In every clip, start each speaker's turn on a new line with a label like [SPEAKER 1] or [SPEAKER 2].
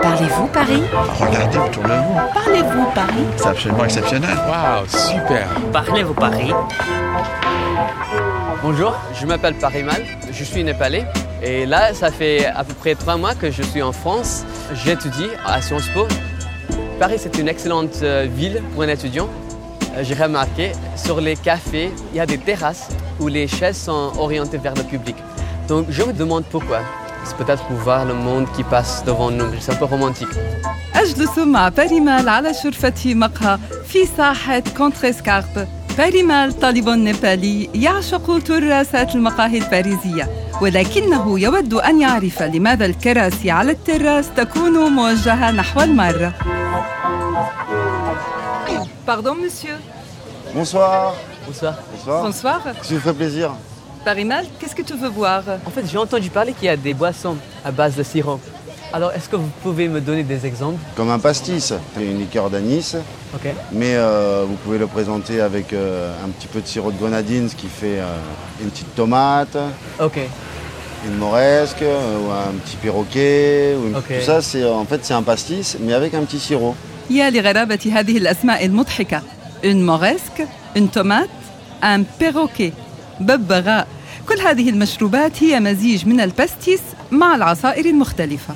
[SPEAKER 1] Parlez-vous Paris
[SPEAKER 2] Regardez autour de vous.
[SPEAKER 1] Parlez-vous Paris
[SPEAKER 2] C'est absolument exceptionnel.
[SPEAKER 3] Waouh, super
[SPEAKER 1] Parlez-vous Paris
[SPEAKER 4] Bonjour, je m'appelle Parimal, je suis népalais et là ça fait à peu près trois mois que je suis en France. J'étudie à Sciences Po. Paris c'est une excellente euh, ville pour un étudiant. Euh, J'ai remarqué sur les cafés, il y a des terrasses où les chaises sont orientées vers le public. Donc je me demande pourquoi. C'est peut-être pour voir le monde qui passe devant nous, c'est un peu romantique.
[SPEAKER 5] أجلس مع باريمال على شرفة مقهى في ساحة كونتريسكارب باريمال طالب نيبالي يعشق تراسات المقاهي الباريزية ولكنه يود أن يعرف لماذا الكراسي على التراس تكون موجهة نحو المارة Pardon, monsieur.
[SPEAKER 6] Bonsoir.
[SPEAKER 4] Bonsoir.
[SPEAKER 6] Bonsoir.
[SPEAKER 5] Bonsoir.
[SPEAKER 6] Ça vous fait plaisir.
[SPEAKER 5] Parimal, qu'est-ce que tu veux boire
[SPEAKER 4] En fait, j'ai entendu parler qu'il y a des boissons à base de sirop. Alors, est-ce que vous pouvez me donner des exemples
[SPEAKER 6] Comme un pastis, c'est une liqueur d'anis,
[SPEAKER 4] Ok.
[SPEAKER 6] mais euh, vous pouvez le présenter avec euh, un petit peu de sirop de grenadine, ce qui fait euh, une petite tomate,
[SPEAKER 4] Ok.
[SPEAKER 6] une moresque, euh, ou un petit perroquet. ou une-
[SPEAKER 4] Ok.
[SPEAKER 6] Tout ça, c'est euh, en fait c'est un pastis, mais avec un petit sirop.
[SPEAKER 5] يا لغرابة هذه الأسماء المضحكة إن موريسك إن تومات أن بيروكي ببغاء كل هذه المشروبات هي مزيج من الباستيس مع العصائر المختلفة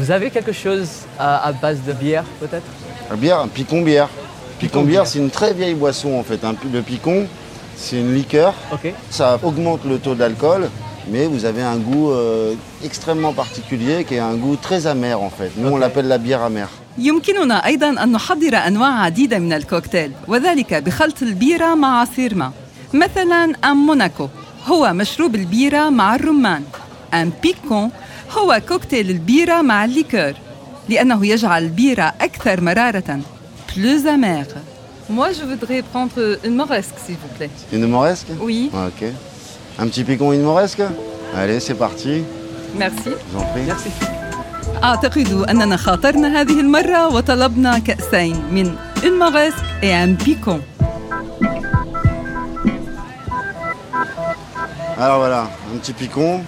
[SPEAKER 4] Vous avez quelque chose à, à base de bière, peut-être
[SPEAKER 6] La bière, un picon bière. Picon
[SPEAKER 4] bière.
[SPEAKER 6] bière, c'est une très vieille boisson en fait. Un- Le picon, c'est une liqueur.
[SPEAKER 4] Ok.
[SPEAKER 6] Ça augmente le taux d'alcool, mais vous avez un goût euh, extrêmement particulier qui est un goût très amer en fait. Nous, on l'appelle la bière amère.
[SPEAKER 5] يمكننا أيضا أن نحضر أنواع عديدة من الكوكتيل وذلك بخلط البيرة مع عصير ما مثلا أم موناكو هو مشروب البيرة مع الرمان أم بيكون هو كوكتيل البيرة مع الليكور لأنه يجعل البيرة أكثر مرارة plus amer. Moi, je voudrais prendre une moresque, s'il vous plaît.
[SPEAKER 6] Une moresque
[SPEAKER 5] Oui,
[SPEAKER 6] Ah, Ok. Un petit picon, une moresque Allez, c'est parti.
[SPEAKER 5] merci.
[SPEAKER 6] Je vous en prie.
[SPEAKER 4] Merci.
[SPEAKER 5] أعتقد أننا خاطرنا هذه المرة وطلبنا كأسين من une moresque et un picon.
[SPEAKER 6] Alors voilà, un petit picon,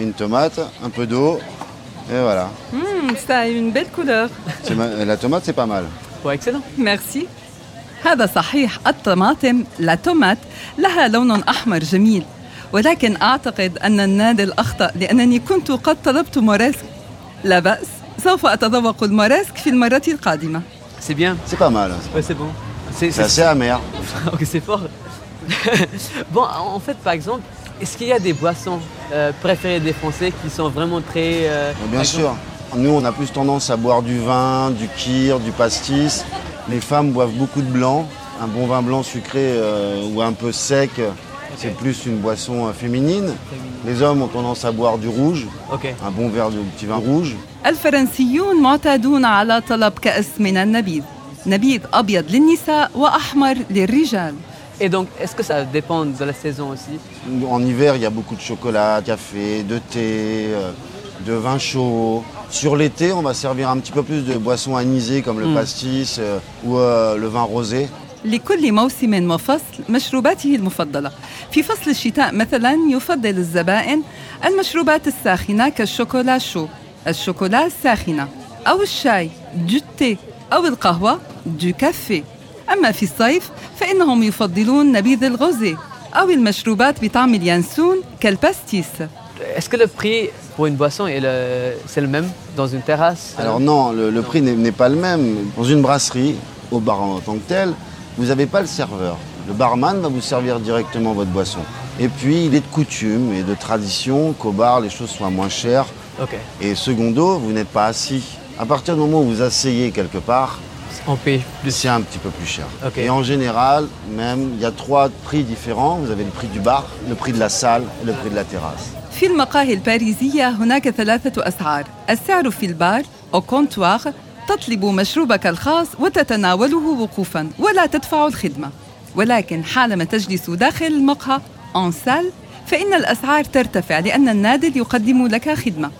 [SPEAKER 6] une tomate, un peu d'eau, et voilà.
[SPEAKER 5] Hmm, ça a une belle couleur.
[SPEAKER 6] C'est ma- La tomate, c'est pas mal.
[SPEAKER 4] Ouais, excellent.
[SPEAKER 5] ميرسي هذا صحيح الطماطم لا تومات لها لون أحمر جميل ولكن أعتقد أن النادل أخطأ لأنني كنت قد طلبت موريسك لا بأس سوف أتذوق الموريسك في المرة القادمة
[SPEAKER 4] C'est bien.
[SPEAKER 6] C'est pas mal.
[SPEAKER 4] Ouais, c'est bon. C'est
[SPEAKER 6] C'est
[SPEAKER 4] c'est-
[SPEAKER 6] assez amer.
[SPEAKER 4] Ok, c'est fort. bon, en fait, par exemple, est-ce qu'il y a des boissons euh, préférées des Français qui sont vraiment très. euh,
[SPEAKER 6] Mais
[SPEAKER 4] par
[SPEAKER 6] Eh Bien
[SPEAKER 4] exemple-
[SPEAKER 6] sûr. Nous, on a plus tendance à boire du vin, du kir, du pastis. Les femmes boivent beaucoup de blanc. Un bon vin blanc sucré euh, ou un peu sec, c'est plus une boisson euh, féminine. Les hommes ont tendance à boire du rouge,
[SPEAKER 4] Ok.
[SPEAKER 6] un bon verre de petit vin rouge.
[SPEAKER 5] الفرنسيون معتادون على طلب كأس من النبيذ نبيذ أبيض للنساء وأحمر للرجال
[SPEAKER 4] Et donc, est-ce que ça dépend de la saison aussi
[SPEAKER 6] En hiver, il y a beaucoup de chocolat, de café, de thé, euh, de vin chaud. Sur l'été, on va servir un petit peu plus de boissons anisées comme le
[SPEAKER 4] Hmm.
[SPEAKER 6] pastis euh, ou euh, le vin rosé.
[SPEAKER 5] لكل موسم وفصل مشروباته المفضلة في فصل الشتاء مثلا يفضل الزبائن المشروبات الساخنة كالشوكولا شو الشوكولا الساخنة أو الشاي دو تي أو القهوة دو كافي أما في الصيف فإنهم يفضلون نبيذ الغوزي أو المشروبات بطعم اليانسون كالباستيس
[SPEAKER 4] Est-ce que le prix pour une boisson est le, c'est le même dans une terrasse
[SPEAKER 6] Alors non, le, le prix n'est- n'est pas le même. Dans une brasserie, au bar en tant que tel, vous n'avez pas le serveur. Le barman va vous servir directement votre boisson. Et puis, il est de coutume et de tradition qu'au bar, les choses soient moins chères.
[SPEAKER 4] Ok.
[SPEAKER 6] Et secondo, vous n'êtes pas assis. À partir du moment où vous vous asseyez quelque part,
[SPEAKER 4] On paye plus.
[SPEAKER 6] c'est un petit peu plus cher.
[SPEAKER 4] Ok.
[SPEAKER 6] Et en général, même, il y a trois prix différents. Vous avez le prix du bar, le prix de la salle et le prix de la terrasse.
[SPEAKER 5] في المقاهي الباريزية هناك ثلاثة أسعار السعر في البار أو كونتوار تطلب مشروبك الخاص وتتناوله وقوفا ولا تدفع الخدمة ولكن حالما تجلس داخل المقهى أون سال فإن الأسعار ترتفع لأن النادل يقدم لك خدمة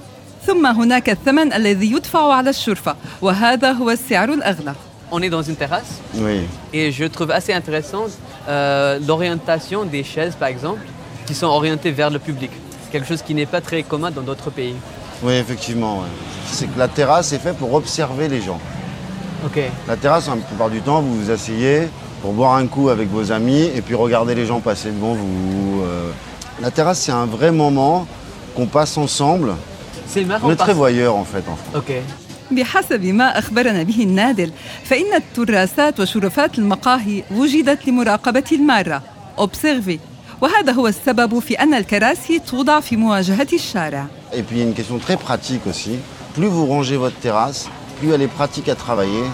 [SPEAKER 5] ثم هناك الثمن الذي يدفع على الشرفة وهذا هو السعر الأغلى
[SPEAKER 4] On est dans une terrasse
[SPEAKER 6] Oui.
[SPEAKER 4] et je trouve assez intéressant euh, l'orientation des chaises, par exemple, qui sont orientées vers le public. Quelque chose qui n'est pas très commun dans d'autres pays.
[SPEAKER 6] Oui, effectivement. ouais. C'est que la terrasse est faite pour observer les gens.
[SPEAKER 4] Ok.
[SPEAKER 6] La terrasse, hein, la plupart du temps, vous vous asseyez pour boire un coup avec vos amis et puis regarder les gens passer devant vous. euh. La terrasse, c'est un vrai moment qu'on passe ensemble.
[SPEAKER 4] C'est marrant.
[SPEAKER 6] On est très
[SPEAKER 4] parce-
[SPEAKER 6] voyeurs en fait en France.
[SPEAKER 4] Ok.
[SPEAKER 5] بحسب ما أخبرنا به النادل فإن التراسات وشرفات المقاهي وجدت لمراقبة المارة observer وهذا هو السبب في أن الكراسي توضع في مواجهة الشارع
[SPEAKER 6] Et puis il y a une question très pratique aussi. Plus vous rangez votre terrasse, plus elle est pratique à travailler.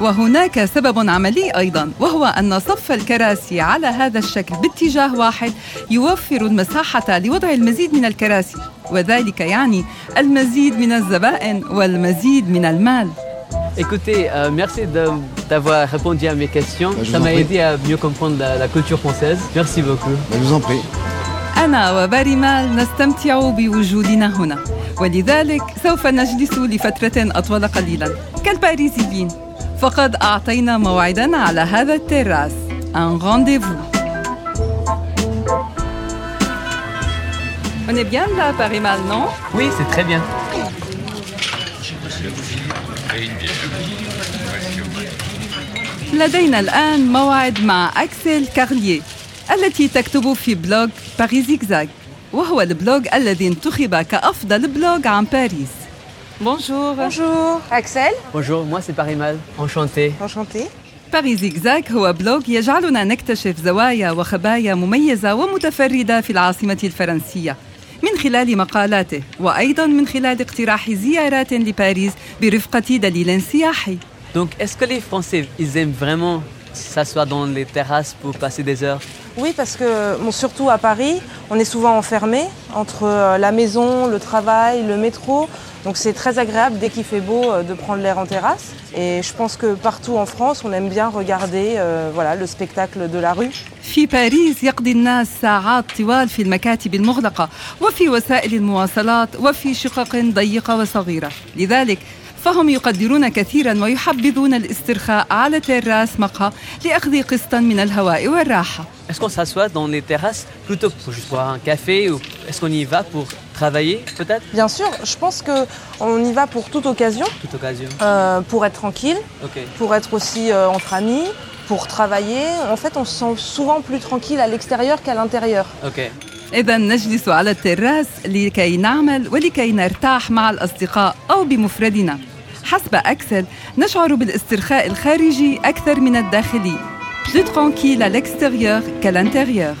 [SPEAKER 5] وهناك سبب عملي أيضا وهو أن صف الكراسي على هذا الشكل باتجاه واحد يوفر المساحة لوضع المزيد من الكراسي وذلك يعني المزيد من الزبائن والمزيد من المال
[SPEAKER 4] Écoutez, euh, merci de- d'avoir répondu à mes questions.
[SPEAKER 6] Bah, je
[SPEAKER 4] Ça
[SPEAKER 6] vous en
[SPEAKER 4] m'a
[SPEAKER 6] prie.
[SPEAKER 4] aidé à mieux comprendre la, la culture française. Merci beaucoup.
[SPEAKER 6] Je vous en prie.
[SPEAKER 5] أنا وباريمال نستمتع بوجودنا هنا ولذلك سوف نجلس لفترة أطول قليلا كالباريزيين فقد أعطينا موعدا على هذا التراس un rendez-vous. On est bien là, Parimal, non
[SPEAKER 4] Oui, c'est très bien.
[SPEAKER 5] لدينا الآن موعد مع أكسل كارليه التي تكتب في بلوج باريس زيكزاك وهو البلوج الذي انتخب كأفضل بلوج عن باريس. Bonjour.
[SPEAKER 3] Bonjour, Axel.
[SPEAKER 4] Bonjour, moi c'est Parimal. Enchanté.
[SPEAKER 3] Enchanté.
[SPEAKER 5] باري زيكزاك هو بلوج يجعلنا نكتشف زوايا وخبايا مميزة ومتفردة في العاصمة الفرنسية من خلال مقالاته وأيضا من خلال اقتراح زيارات لباريس برفقة دليل سياحي
[SPEAKER 4] Donc, est-ce que les Français, ils aiment vraiment s'asseoir dans les terrasses pour passer des heures
[SPEAKER 3] Oui, parce que bon, surtout à Paris, on est souvent enfermé entre euh, la maison, le travail, le métro. Donc c'est très agréable dès qu'il fait beau euh, de prendre l'air en terrasse. Et je pense que partout en France, on aime bien regarder euh, voilà, le spectacle de la rue.
[SPEAKER 5] في باريس يقضي الناس ساعات طوال في المكاتب المغلقة وفي وسائل المواصلات وفي شقق ضيقة وصغيرة لذلك فهم يقدرون كثيرا ويحبذون الاسترخاء على تراس مقهى لأخذ قسطا من الهواء والراحة
[SPEAKER 4] Est-ce qu'on s'assoit dans les terrasses plutôt pour juste boire un café ou est-ce qu'on y va pour travailler peut-être
[SPEAKER 3] Bien sûr, je pense qu'on y va pour toute occasion,
[SPEAKER 4] Toute occasion.
[SPEAKER 3] euh, pour être tranquille,
[SPEAKER 4] Ok.
[SPEAKER 3] pour être aussi euh, entre amis, pour travailler. En fait, on se sent souvent plus tranquille à l'extérieur qu'à l'intérieur.
[SPEAKER 4] Ok.
[SPEAKER 5] إذا نجلس على التراس لكي نعمل ولكي نرتاح مع الأصدقاء أو بمفردنا حسب أكسل نشعر بالاسترخاء الخارجي أكثر من الداخلي plus tranquille à l'extérieur qu'à l'intérieur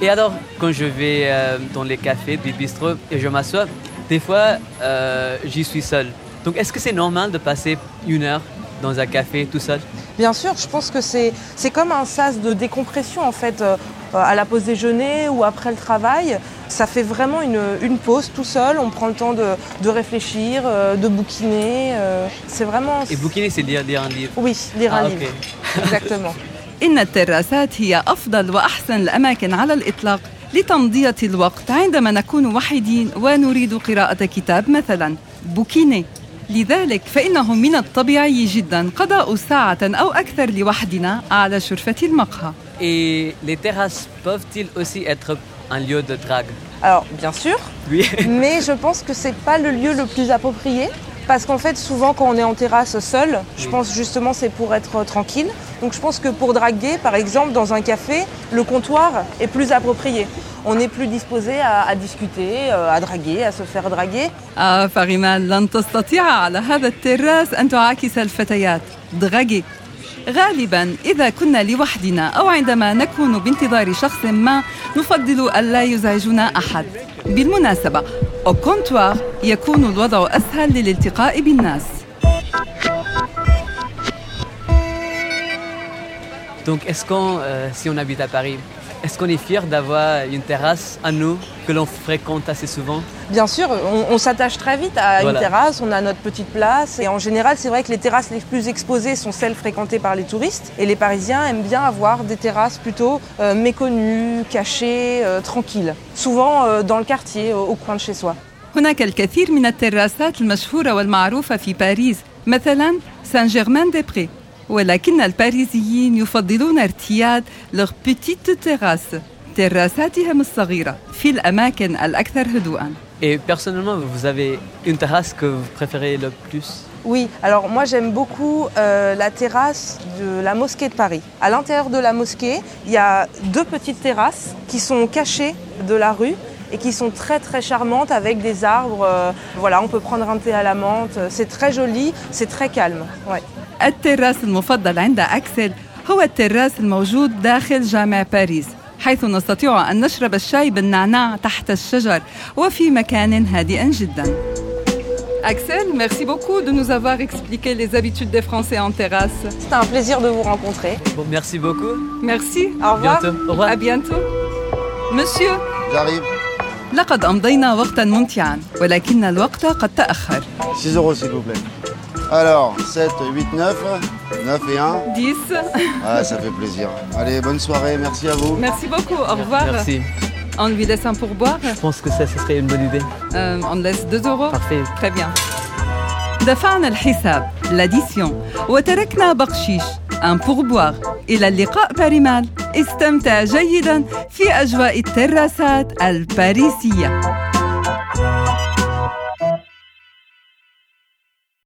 [SPEAKER 4] Et alors, quand je vais euh, dans les cafés, des bistrots et je m'assois, des fois, euh, j'y suis seul. Donc, est-ce que c'est normal de passer une heure dans un café tout seul
[SPEAKER 3] Bien sûr, je pense que c'est c'est comme un sas de décompression en fait, euh, euh, à la pause déjeuner ou après le travail. Ça fait vraiment une, une pause tout seul, on prend le temps de, de réfléchir, euh, de bouquiner. euh, c'est vraiment.
[SPEAKER 4] Et bouquiner, c'est lire, lire un livre.
[SPEAKER 3] Oui, lire un
[SPEAKER 4] Ah, ok.
[SPEAKER 3] livre. Exactement.
[SPEAKER 5] إن التراسات هي أفضل وأحسن الأماكن على الإطلاق لتمضية الوقت عندما نكون وحيدين ونريد قراءة كتاب مثلا بوكيني لذلك فإنه من الطبيعي جدا قضاء ساعة أو أكثر لوحدنا على شرفة المقهى
[SPEAKER 4] Et les terrasses peuvent-ils aussi être un lieu de drague
[SPEAKER 3] Alors, bien sûr,
[SPEAKER 4] Oui.
[SPEAKER 3] mais je pense que c'est pas le lieu le plus approprié. Parce qu'en fait, souvent, quand on est en terrasse seul, je pense justement c'est pour être euh, tranquille. Donc, je pense que pour draguer, par exemple, dans un café, le comptoir est plus approprié. On est plus disposé à, à discuter, euh, à draguer, à se faire draguer.
[SPEAKER 5] آه فريمان لن تستطيع على هذا التراس أن تعاكس الفتيات دراجي غالبا إذا كنا لوحدنا أو عندما نكون بانتظار شخص ما نفضل ألا يزعجنا أحد بالمناسبة أو كونتوار يكون الوضع أسهل للالتقاء بالناس
[SPEAKER 4] Donc, est-ce qu'on, euh, si on habite à Paris, est-ce qu'on est fier d'avoir une terrasse à nous que l'on fréquente assez souvent
[SPEAKER 3] Bien sûr, on, on s'attache très vite à
[SPEAKER 4] Voilà.
[SPEAKER 3] une terrasse, on a notre petite place. Et en général, c'est vrai que les terrasses les plus exposées sont celles fréquentées par les touristes. Et les Parisiens aiment bien avoir des terrasses plutôt euh, méconnues, cachées, euh, tranquilles. Souvent euh, dans le quartier, au, au coin de chez soi.
[SPEAKER 5] هناك الكثير من التراسات المشهورة والمعروفة في باريس مثلا سان جيرمان دي بري ولكن الباريزيين يفضلون ارتياد لغ بيتيت تيراس террасاتهم الصغيرة في الأماكن الأكثر هدوءا
[SPEAKER 4] Et personnellement, vous avez une terrasse que vous préférez le plus
[SPEAKER 3] Oui, alors moi j'aime beaucoup euh, la terrasse de la mosquée de Paris. À l'intérieur de la mosquée, il y a deux petites terrasses qui sont cachées de la rue et qui sont très très charmantes avec des arbres. euh, voilà, on peut prendre un thé à la menthe. C'est très joli, c'est très calme. Ouais.
[SPEAKER 5] التراس المفضل عند أكسل هو التراس الموجود داخل جامع باريس حيث نستطيع أن نشرب الشاي بالنعناع تحت الشجر وفي مكان هادئ جدا Axel, merci beaucoup de nous avoir expliqué les habitudes des Français en terrasse.
[SPEAKER 3] C'était un plaisir de vous rencontrer.
[SPEAKER 4] Bon, merci beaucoup.
[SPEAKER 5] Merci.
[SPEAKER 3] Au revoir.
[SPEAKER 4] Bientôt. Au revoir.
[SPEAKER 5] À bientôt. Monsieur,
[SPEAKER 6] J'arrive.
[SPEAKER 5] لقد أمضينا وقتا ممتعا ولكن الوقت قد تأخر
[SPEAKER 6] 6 euros, s'il vous plaît. Alors, 7, 8, 9. 9 et 1.
[SPEAKER 5] 10
[SPEAKER 6] Ah, ça fait plaisir. Allez, bonne soirée. Merci à vous.
[SPEAKER 5] Merci beaucoup, au revoir.
[SPEAKER 4] Merci.
[SPEAKER 5] On lui laisse un pourboire,
[SPEAKER 4] Je pense que ça, ce serait une bonne idée.
[SPEAKER 5] Euh, on laisse 2 euros.
[SPEAKER 4] Parfait.
[SPEAKER 5] Très bien. دفعنا الحساب l'addition وتركنا بقشيش un pourboire إلى اللقاء باريمال استمتع جيدا في أجواء التراسات الباريسية